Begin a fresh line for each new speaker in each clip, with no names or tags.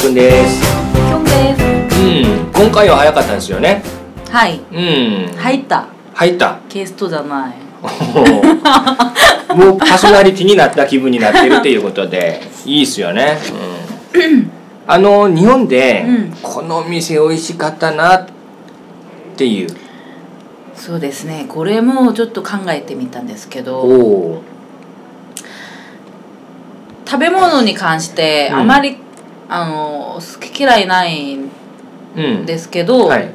君です。
キョンで
うん、今回は早かったんですよね。
すはい
うん、
入った
入 った。
ゲストじゃない
もうパーソナリティになった気分になってるっていうことで、いいっすよね。うんあの日本で、
うん
この店美味しかったなっていう。
そうですねこれもちょっと考えてみたんですけど
おお。
食べ物に関して
うん
あまり、あの好き嫌いないん
うん。
ですけど、
はい。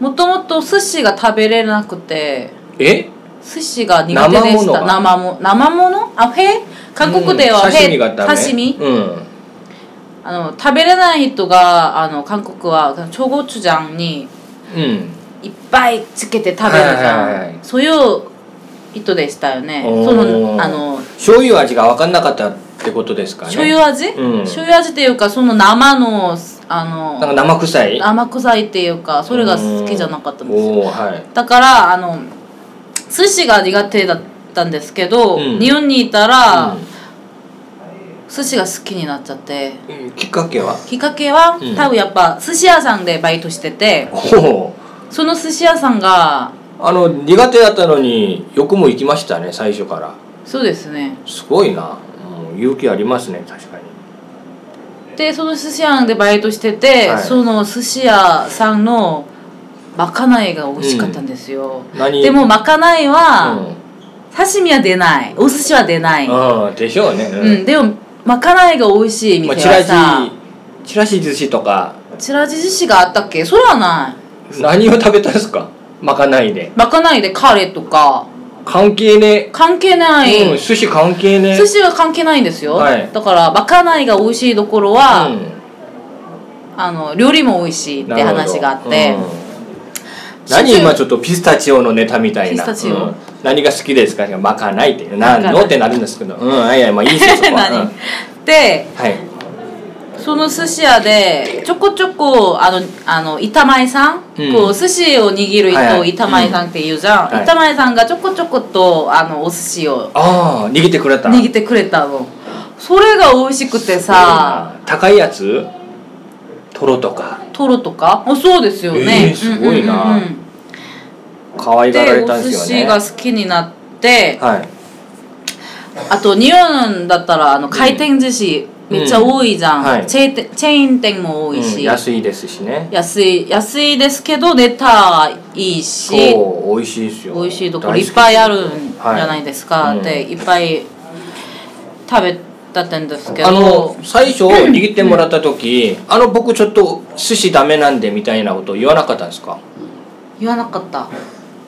もともと寿司が食べれなくて
え？
寿司が苦手でした生
生
も生ものあフェ韓国では
うん
フェ、
刺身がダメ。
刺身
うん。
あの食べれない人があの韓国はチョゴチュジャンに
うん。
いっぱいつけて食べるじゃん、
はいはいはい
そういう人でしたよね
おー
そのあの
醤油味が分かんなかったってことですかね。
醤油味、
うん
醤油味っていうかその生のあの
なんか生臭い。
甘臭いっていうかそれが好きじゃなかったんですよ
おおはい。
だからあの寿司が苦手だったんですけど、
うん
日本にいたら、
うん
寿司が好きになっちゃって
うんきっかけは
きっかけは、
うん
多分やっぱ寿司屋さんでバイトしてて
おお
その寿司屋さんが
あの苦手だったのによくも行きましたね最初から
そうですね
すごいな、うん、勇気ありますね確かに
でその寿司屋でバイトしてて、
はい
その寿司屋さんのまかないが美味しかったんですよ、
何
でもまかないうは、
ん、
刺身は出ないお寿司は出ない、う
ああでしょうね
んでもまかないが美味しい
まあ、
店
チラ
は
シ
さ、
チラシ寿司とか
ちらし寿司があったっけそれはない
何を食べたんですかまかないで
まかないでカレーとか
関係ね
関係な
え、
い、
うん、寿司関係ねえ
寿司は関係ないんですよ、
はい
だからまかないが美味しいところは、
う
あの料理も美味しいっ
んな
て
るほど
話があって、
うん何今ちょっとピスタチオのネタみたいな
ピスタチ
う
オ
ん何が好きですかまかないって何
まかな
の
い
ってなるんですけどうんはいはいまあいいですよそこは、うん
何で
はい
その寿司屋でちょこちょこあのあの板前さん、
うん
こう寿司を握る
はい
人
は
を
い
板前さんって言うじゃん、
はい
板前さんがちょこちょことあのお寿司を
ああ握ってくれた
握ってくれたのそれが美味しくてさ
うん高いやつトロとか
トロとかあそうですよね、
えーすごいな
うんうんうん
可愛がら
で
れた
お
んで
寿
す
司
よ
が
ね
好きになって
はい
あと日本だったらあの回転寿司めっちゃ多いじゃん、
うんはい
チェーンチェーン店も多いし、
うん安いですしね
安い安いですけどネタいいし
そう美味しいですよ
美味しいところ
大好
い
き
っぱいあるんじゃないですか、
はい
でいっぱい食べたったんですけど
あの最 初握ってもらった時あの僕ちょっと寿司ダメなんでみたいなこと言わなかったんですか
言わなかった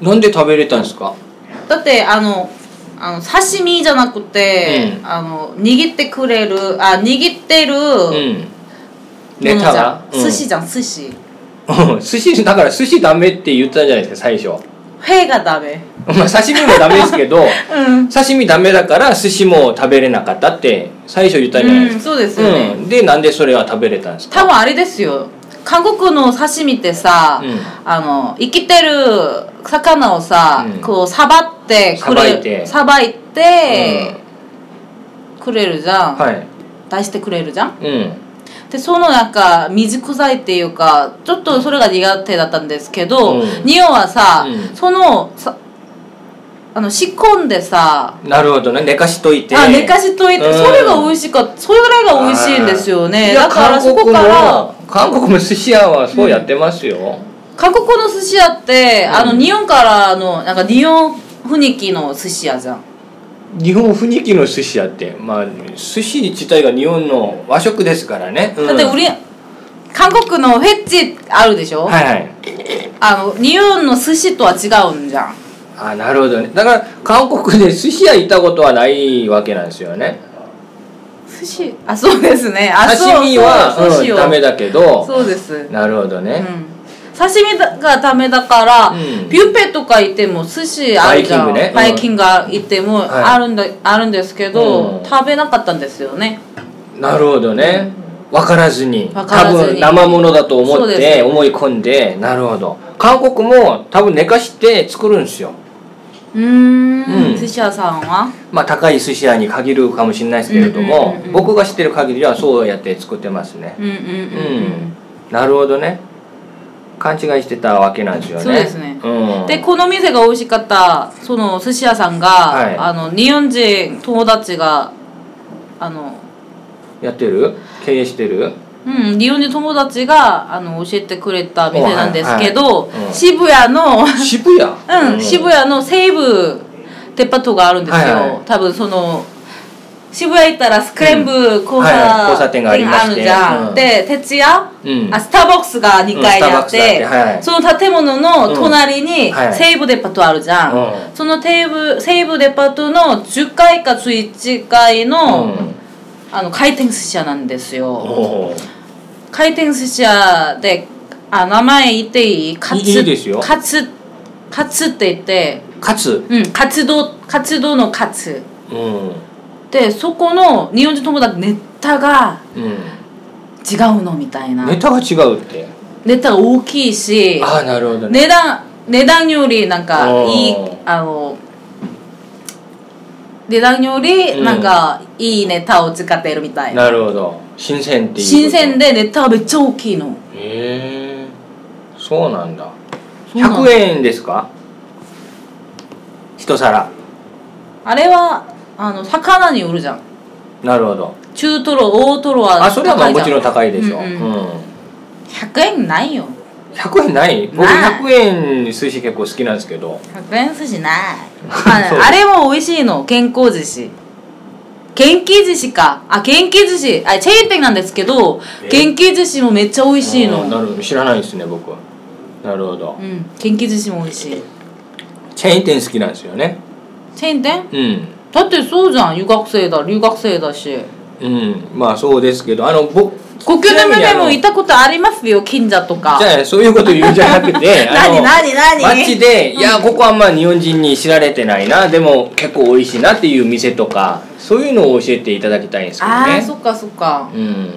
なんで食べれたんですか
だってあのあの刺身じゃなくて、
う
あの握ってくれるあ握ってる
う
も
んネ
のじ
タ
ゃ
が
ん、
うん
寿司じゃん寿司
うん 寿司だから寿司ダメって言ったじゃないですか最初
フェがダメ
まあ刺身もダメですけ ど
うん、
刺身ダメだから寿司も食べれなかったって最初言ったじゃないですか、
そうですよね、
うんでなんでそれは食べれたんですか
多分あれですよ韓国の刺身ってさ、
うん
あの生きてる魚をさ、
うん
こうさばってくれ
捌いて
さばいてくれるじゃ、
うんん、はい
出してくれるじゃん
うん
でそのなんか水臭いっていうかちょっとそれが苦手だったんですけど、
うん
日本はさ、
うん
そのさあの仕込んでさ
なるほどね寝かしといて
あ寝かしといて、
うん
それが美味しかったそれぐらいが美味しいんですよね
いや
だからそこから
韓国も韓国も寿司屋はそうやってますよ、
韓国の寿司屋って、あ
う
の
ん
日本からのなんか日本雰囲気の寿司屋じゃん
日本雰囲気の寿司屋ってまあ寿司自体が日本の和食ですからね、うん
だって俺韓国のフェッチあるでしょ、
はいはい
あの日本の寿司とは違うんじゃん
あなるほどねだから韓国で 寿司屋行ったことはないわけなんですよね
寿司あそうですねあそう
刺身は
そう
うん
寿司を
ダメだけど
そうです、うん、
なるほどね、
刺身がダメだから、
うん
ビュッフェとか行っても寿司あるじゃ
バイキング
ん
ねうん
バイキングが行っても
はい
あるんだ、あるんですけど、
うん
食べなかったんですよね
なるほどね分からずに
分からずに
多分生ものだと思
そう
っ
で
て
す
思い込んでなるほど韓国も多分寝かして作るんですよ
うー
うん
ん寿司屋さんは
まあ、高い寿司屋に限るかもしれないですけれども、
うんうんうんうん
僕が知ってる限りはそうやって作ってますね
うんうんうん
なるほどね勘違いしてたわけなんですよね
そうですね
う、
うんんでこの店が美味しかったその寿司屋さんが、
はい
あの日本人友達があの
やってる経営して る
うん日本人友達があの教えてくれた店なんですけど、
はいはいうん
渋谷の
渋谷
うん、渋谷の西武デパートがあるんですよ、
はいはい
多分その渋谷行ったらスクレンブ交
はいはい
差
交差点がありまして
るじゃん、
うん
で徹夜、
うん
あスターバックスが2階に
うんスタ
あって,、
ーバックスがあってはい
その建物の隣に
うんはい
西武デパートあるじゃん、
うん
その西武西武デパートの10階か11階の,、
うん
あの回転寿司屋なんですよ、
おー
回転寿司屋であ名前言っていいカツ
いいですよ
カツカツって言って
かつ、
うん活動活動のカツ
うん
でそこの日本人友達ネタが
う、
違うのみたいなん
ネタが違うって
ネタが大きいし
ああなるほどね
値段値段よりなんか
おー
いいあの値段よりなんかいいネタを使ってるみたいな、
なるほど新鮮っていう
新鮮
で
でネタがめっちゃ大きいの
へえそうなんだ
そうなの
100円ですか一皿
あれはあの魚によるじゃん
なるほど
中トロ大トロは
あそれはまあ
高いじ
も
ゃ
ちろん高いでしょ、
う
うん
うん
ん
100円ないよ
100円ない僕
ない
100円寿司結構好きなんですけど
100円寿 司ない、まあね
そう
あれも美味しいの健康寿司元気寿司かあ元気寿司あチェーン店なんですけど
え
元気寿司もめっちゃ美味しい
あーな
の
るほど知らないですね僕なるほど、
うん元気寿司も美味しい
チェーン店好きなんですよね
チェーン店
うん
だってそうじゃん留学生だ留学生だし
うんまあそうですけどあの僕
国境の
ちなみにあ
目
の
も行ったことありますよ近所とか
じゃあそういうこと言うんじゃなくてあの
何何何
街でいやここはあんま日本人に知られてないなでも結構美味しいなっていう店とかそういうのを教えていただきたいんですけどね
ああそっかそっか
うん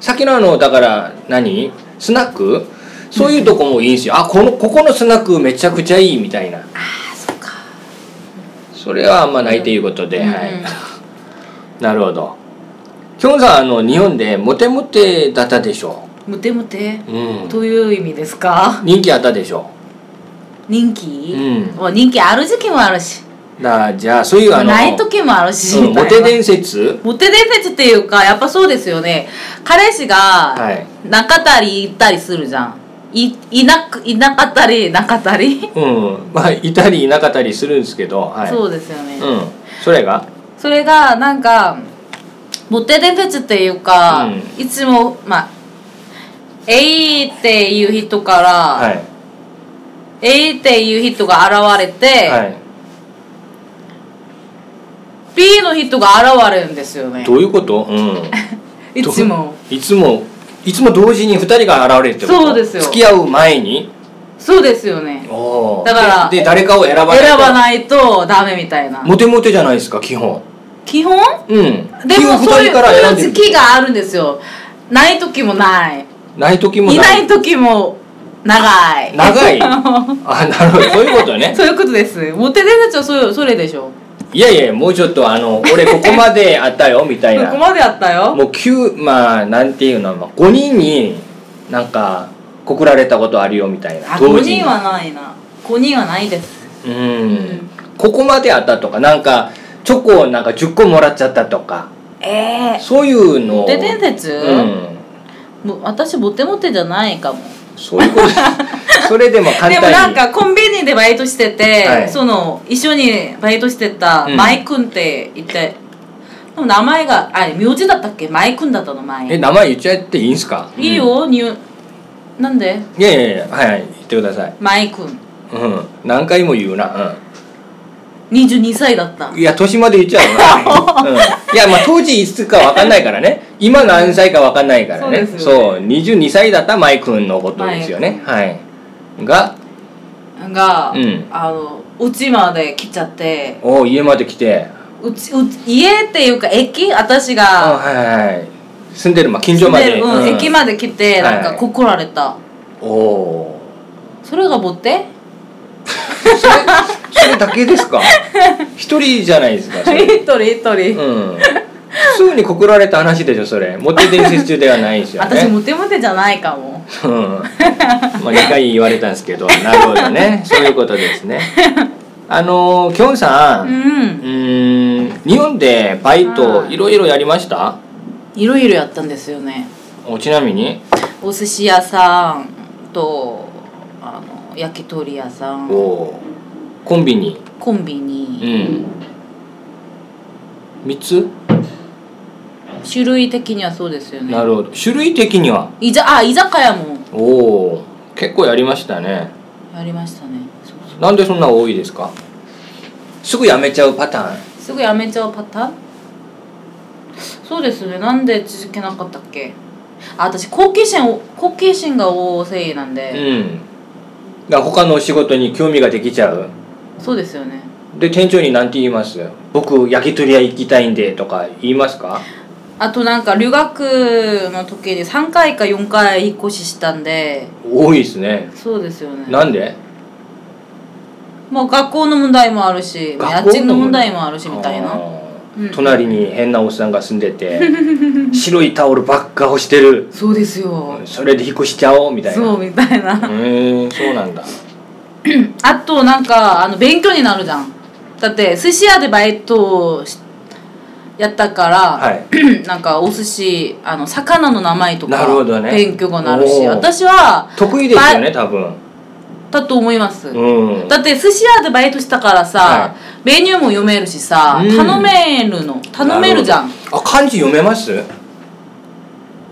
さっきのあのだから何スナックそういうとこもいいんですよあこのここのスナックめちゃくちゃいいみたいな
あそっか
それはあんまないということで、
うん
はい
うん
なるほどきょんさんあの日本でモテモテだったでしょ
モテモテ
う、うん、
という意味ですか
人気あったでしょ
人気、
うん
もう人気ある時期もあるし
だからじゃあそういうあの
ない時もあるし、
うん
みたい
モ
な
テ伝説
モテ伝説っていうかやっぱそうですよね彼氏が
はい
中たり行ったりするじゃんいいなくいなかったりなかったり、
うんまあいたりいなかったりするんですけどはい
そうですよね、
うんそれが
それがなんかモテ伝説っていうか、
うん
いつもまあえいっていう人から、
はい
えいっていう人が現れて、
はい
B の人が現れるんですよね
どういうことうん
いつも
どいつもいつも同時に2人が現れるってこと
そうですよ
付き合う前に
そうですよね
おー
だから
でで誰かを選ばないと
選ばないとダメみたいな
モテモテじゃないですか基本
基本
うん
で
基
も
本
そう
二
い
人か
う
ら
そう
選
い
んで
う
る
時期があるんですよない時もない
ない時も
いない時も長い
長いあなるほどそういうことね
そういうことですモテ伝説はそうそれでしょ
いやいやもうちょっとあの俺ここまであ ったよみたい
そ
な
こまであったよ
もう9まあなんていうの、まあ、5人になんか告られたことあるよみたいな
あ5
に
人はないな5人はないです
うんここまであったとかなんかチョコをなんか10個もらっちゃったとか
ええ
そういうのを
モテ伝説
うん
もう私モテモテじゃないかも
そういうこと ですそれでも簡単に
でもなんかコンビニでバイトしてて、
はい
その一緒にバイトしてた
うん
マイ君って言って、でも名前があれ名字だったっけマイ君だったの前
え名前言っちゃっていいんすか
いい、よ、ニュなんで
うんいやいやいやはい、はい、言ってください
マイ君
うん何回も言うな、
22歳だった
うん、いや年まで言っちゃう な、うん、いやまあ当時いつか分かんないからね今何歳か分かんないからね
そうです
そ
よ
う22歳だったマイ君のことですよねはいが
が、
うん
あのうちまで来ちゃって
お家まで来て
うちうち家っていうか駅私
あ
が
はいはいはい住んでる、まあ、近所
住ん
ま
で
で
る、うん駅まで来て
はい
なんか告られた、
おお
それがボテ
それ それだけですか一人じゃないですかそれ
一人一人、
うん普通に告られた話でしょそれモテ伝説中ではないですよね
私モテモテじゃないかも
うんまあ2回言われたんですけ どなるほどねそういうことですねあのきょんさ
うん
うんーん日本でバイトいろいろやりました
いろいろやったんですよね
おちなみに
お寿司屋さんとあの焼き鳥屋さ
お
ん
おコンビニ
コンビ
う
ニ、
ん3つ
種類的にはそうですよね
なるほど種類的には
居ざあ居酒屋も
おお結構やりましたね
やりましたねそうそ
なんでそんな多いですかすぐやめちゃうパターン
うすぐやめちゃうパターンそうですねなんで続けなかったっけあ私好奇心を好奇心が旺盛なんで、
うんだから他のお仕事に興味ができちゃう
そうですよね
で店長に何て言います僕焼き鳥屋行きたいんでとか言いますか
あとなんか留学の時に3回か4回引っ越ししたんで
多いですね
そうですよね
なんで
まあ学校の問題もあるしまあ家賃の問題もあるしみたい
あ
な
ー
うん
隣に変なおっさんが住んでて白いタオルばっか干してる
そうですよ
それで引っ越しちゃおうみたいな
そうみたいな、
へえそうなんだ
あとなんかあの勉強になるじゃんだって寿司屋でバイトをしやったから、
は
なんかお寿司あの魚の名前とか
なるほどね
勉強がなるし
おー
私は
得意ですよね多分
だと思います、
うん
だって寿司屋でバイトしたからさ、
は
メニューも読めるしさ、
うん
頼めるの頼めるじゃん
なほどあ漢字読めます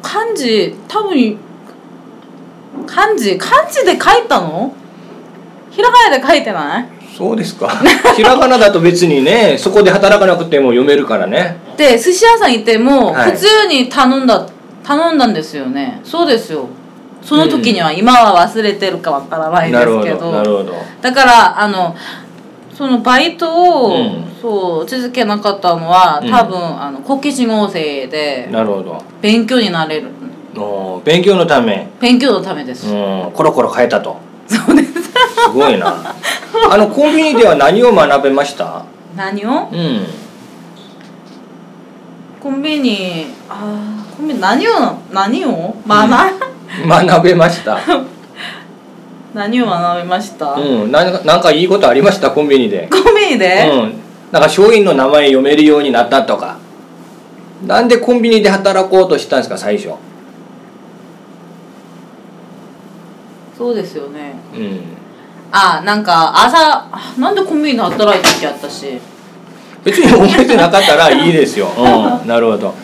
漢字多分漢字漢字で書いたのひらがなで書いてない
そうです かひらがなだと別にねそこで働かなくても読めるからね
で寿司屋さん行っても
はい
普通に頼んだ、頼んだんですよねそうですよその時には、今は忘れてるかわからないで
な
す
るほ
け
ど
ど
なるほど
だからあのそのバイトを、
うん
そう続けなかったのは
うん
多分、あの好奇心旺盛で
なるほど
勉強になれる
おー勉強のため
勉強のためです、
うんコロコロ変えたとそうですすごいなあのコンビニでは何を学べました
何を
うん
コンビニあーコンビニ何を何を学ば、
学べました
何を学びました、
うんなんかなんかいいことありましたコンビニで
コンビニで、
うんなんか商品の名前読めるようになったとかなんでコンビニで働こうとしたんですか最初
そうですよね
うん
あなんか朝あなんでコンビニで働いたっけ私
別に覚えてなかったらいいです よ、うん、なるほど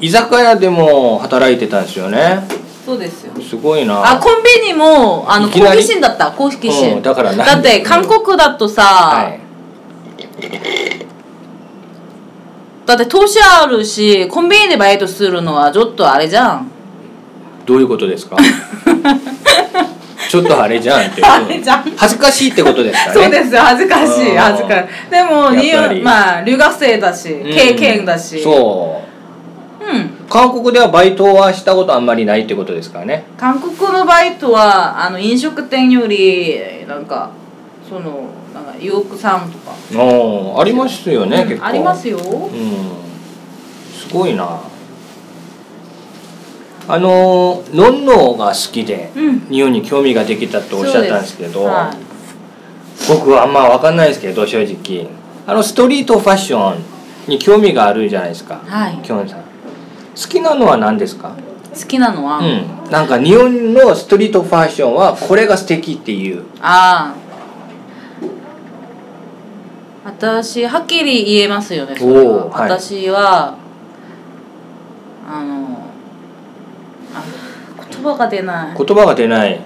居酒屋でも働いてたんですよね
そうですよ
すごいな
あコンビニもあの
い
好
きなり
奇心だった好奇
う
心、
んだからなん
だって韓国だとさ、
はい
だって投資あるしコンビニでバイトするのはちょっとあれじゃん
どういうことですかちょっとあれじゃんって いう
あれじゃん
恥ずかしいってことですかね
そうですよ恥ずかし
うん
い恥ずかしいでも日
やっぱ
本
り
まあ留学生だし、
うん
経験だしう、
そう
うん、
韓国ではバイトはしたことあんまりないってことですからね
韓国のバイトはあの飲食店よりなんかそのなんか洋服さんとか、
おーありますよね、
うん
結構
ありますよ
うんすごいなあのーのんのが好きで、
うん
日本に興味ができたっておっしゃったんですけ
そ
ど
うはい
僕はあんま分かんないですけど正直あのストリートファッションに興味があるじゃないですか
はい
きょんさん好きなのは何ですか
好きなのは、
うんなんか日本のストリートファッションはこれが素敵っていう
ああ私はっきり言えますよねそれは
おーはい
私はあのあ言葉が出ない
言葉が出 ない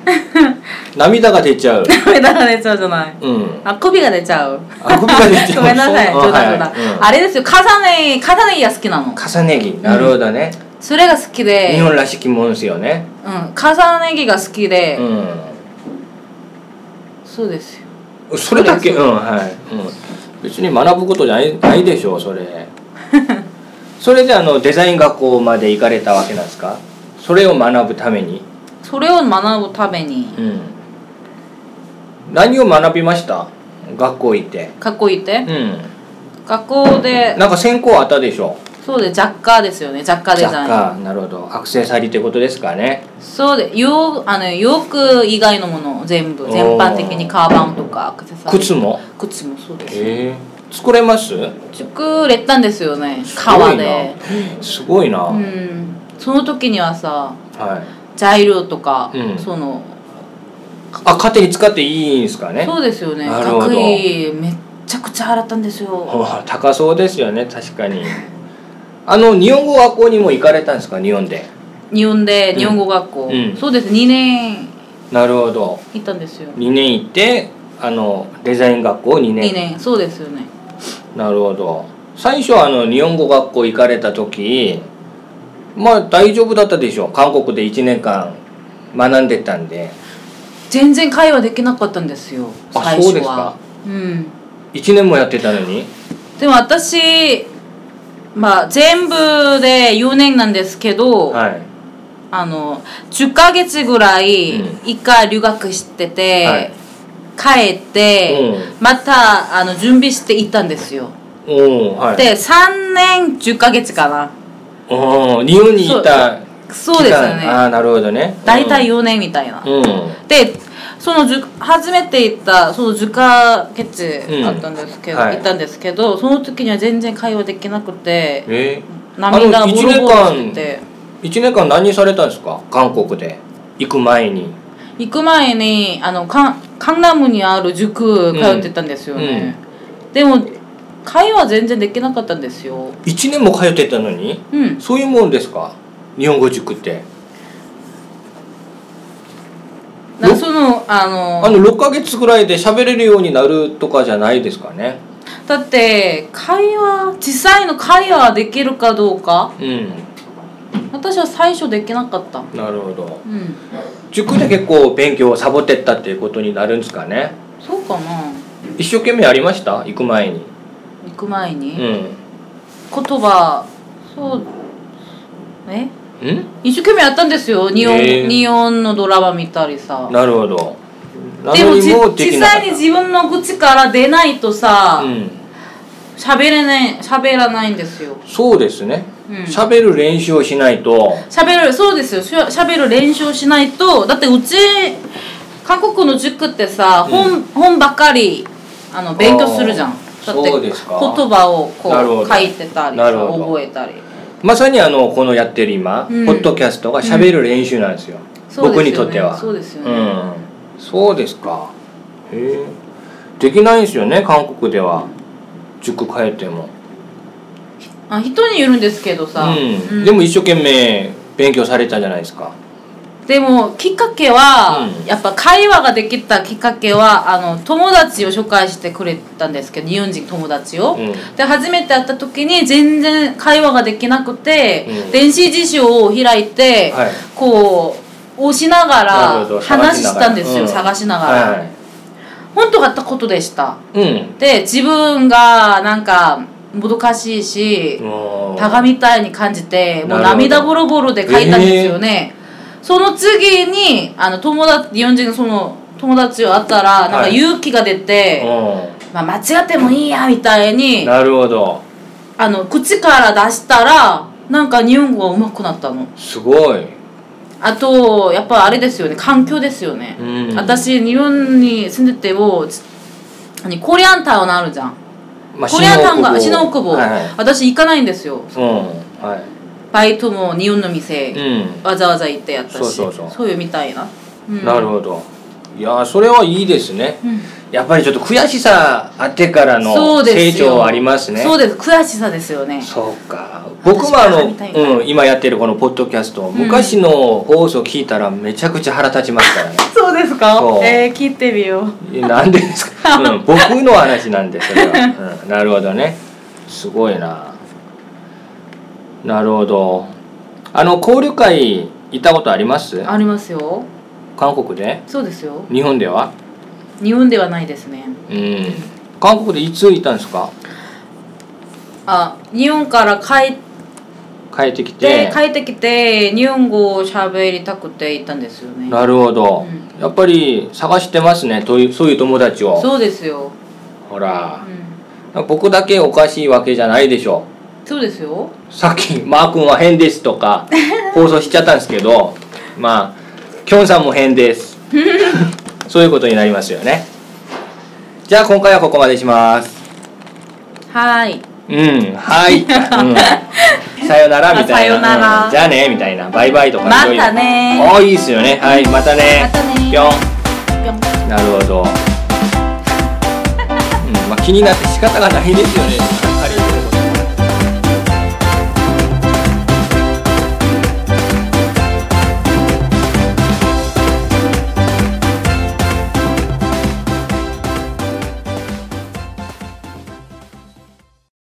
涙が出ちゃう
涙が出ちゃうじゃない
うん
あ首が出ちゃう
あ首が出ちゃう
ごめんなさい
そう
冗
あ
談冗談、
はいうん
あれですよ重ね重ね着が好きな
重
の
ね着なるほどね、
それが好きで
日本らしきもんですよね
うん、重ね着が好きで、
う
そうですよ
んそれだけ
そうれ
んはい、うん、別に学ぶことじゃないないでしょうそ れそれであのデザイン学校まで行かれたわけなんですかそれを学ぶために
それを学ぶために
うん何を学びました学校行って
かっこいいって、
うん
学校で
なんか専攻あったでしょ
そうで雑貨ですよね雑貨デ
雑
ザイン
貨なるほどアクセサリーってことですかね
そうで洋あの洋服以外のものを全部
おー
全般的にカーバンとかアクセサリー
靴も
靴もそうです
へえ作れます
作れたんですよね革で、
すごいな、
うん、その時にはさ
はい
材料とか、
うん
その
あ勝手に使っていいんですかね
そうですよね
なるほど
学位めっちゃくちゃ払ったんですよ
ほら高そうですよね確かにあの日本語学校にも行かれたんですか日本で
日本で
うん
日本語学校、
うん
そうです2年
なるほど
行ったんですよ2
2年行ってあのデザイン学校2年
年そうですよね
なるほど最初あの日本語学校行かれた時まあ大丈夫だったでしょう韓国で1年間学んでたんで
全然会話できなかったんですよ
あ
最
そう
初
です
は
か
うん
1年もやってたのに
でも私まあ全部で4年なんですけど、
はい
あの10ヶ月ぐらい
うん
一回留学してて、
はい
帰って、
う
またあの準備して行ったんですよ、
おおはい
で3年10ヶ月かな
おー日本にいた
そうですよ
期間あ
ね
あなるほどね
大体4年みたいな、
うん、うん
でその10初めて行ったその10ヶ月あったんですけど、
うんはい
行ったんですけどその時には全然会話できなくて
えあ
涙が
の
ボロボロしてて
1年間何されたんですか韓国で行く前に
行く前にあのカンカンナムにある塾通ってたんですよね、でも会話全然できなかったんですよ
1年も通ってたのに
うん
そういうもんですか日本語塾って
なんかそのあの
あの6ヶ月ぐらいで喋れるようになるとかじゃないですかね
だって会話実際の会話できるかどうか
うん
私は最初できなかった
なるほど
うん
塾で結構勉強をサボってったっていうことになるんですかね
そうかな
一生懸命やりました行く前に
行く前に、
う
言
ん
葉そうえ
うん
一生懸命やったんですよ日本,、
へえ
日本のドラマ見たりさ
なるほどな
で
の
も
に
じ
もでき
実
なかっ
際に自分の口から出ないとさ
たうん
喋、れない喋らないんですよ
そうですね
うん
喋る練習をしないと
喋るそうですよしゃ喋る練習をしないとだってうち韓国の塾ってさ、本本ばかりあの勉強するじゃん
あ
だ
ー
って
そう
言
ですか
葉を
なるほ
こ
ど
う書いてたり
な
さ
るほど
覚えたり
まさにあのこのやってる今、
うん
ポッドキャストが喋る練習なんですよ、
そうですよね
僕にとっては
そうですよね
うん、そうですかへえできないんですよね韓国では塾通っても、
あ人によるんですけどさ、
うん
うん
でも一生懸命勉強されたじゃないですか
でもきっかけは、
うん
やっぱ会話ができたきっかけはあの友達を紹介してくれたんですけど日本人友達を、
うん
で初めて会った時に全然会話ができなくて、
うん
電子辞書を開いて、
はい
こう押しなが
なるほど
ら話したんですよ
探
探しながら,、
はい
本当があったことでした
うん
で自分がなんかもどかしいし、
もう
タガみたいに感じても
な
う
るほど
涙ボロボロで書いたんですよね、その次にあの友達日本人のその友達を会ったらなんか
はい
勇気が出て、
う
まあ、間違ってもいいやみたい
ん
に
なるほど
あの口から出したらなんか日本語が上手くなったの
すごい
あとやっぱあれですよね環境ですよね、
うん
私日本に住んでてもつ何コリアンタウンあるじゃん
ま
コリアンタウンが篠大久保、
はいはい
私行かないんですよ
うんは
バイトも日本の店、
いうん
わざわざ行ってやったし
そうそうそう
いうみたいな、うん
なるほどいやーそれはいいですね、
ん
やっぱりちょっと悔しさあってから
そ
の
うで
成
すよ
長はありますね
そうです悔しさですよね
そうか僕もあの、
私から見たいな
うん、今やってるこのポッドキャスト昔の放送聞いたらめちゃくちゃ腹立ちますから ね
そうですか
そう
えー、聞いてみよう
えなんでですか、 うん、僕の話なんでそれは、うん、なるほどねすごいななるほどあの交流会行ったことあります
ありますよ
韓国で
そうですよ
日本では
日本ではないですね
うん韓国でいつ行ったんですか
あ日本から帰っ
帰ってき
て
て
帰ってきて日本語を喋りたくて行ったんですよね
なるほど、
う
やっぱり探してますねというそういう友達を
そうですよ
ほら
うん、
僕だけおかしいわけじゃないでしょ
そうですよ
さっき「 マー君は変です」と か放送しちゃったんですけどまあきょんさんも変です そういうことになりますよねじゃあ今回はここまでします
はーい
うん はい、うん、さよならみたいな
あさよなら
うんじゃあねみたいなバイバイとか
ま
いろいろ
たね
ああいいっすよねはいまたね
またね
ぴょん
ぴょん
なるほど、うんまあ、気になって仕方がないですよね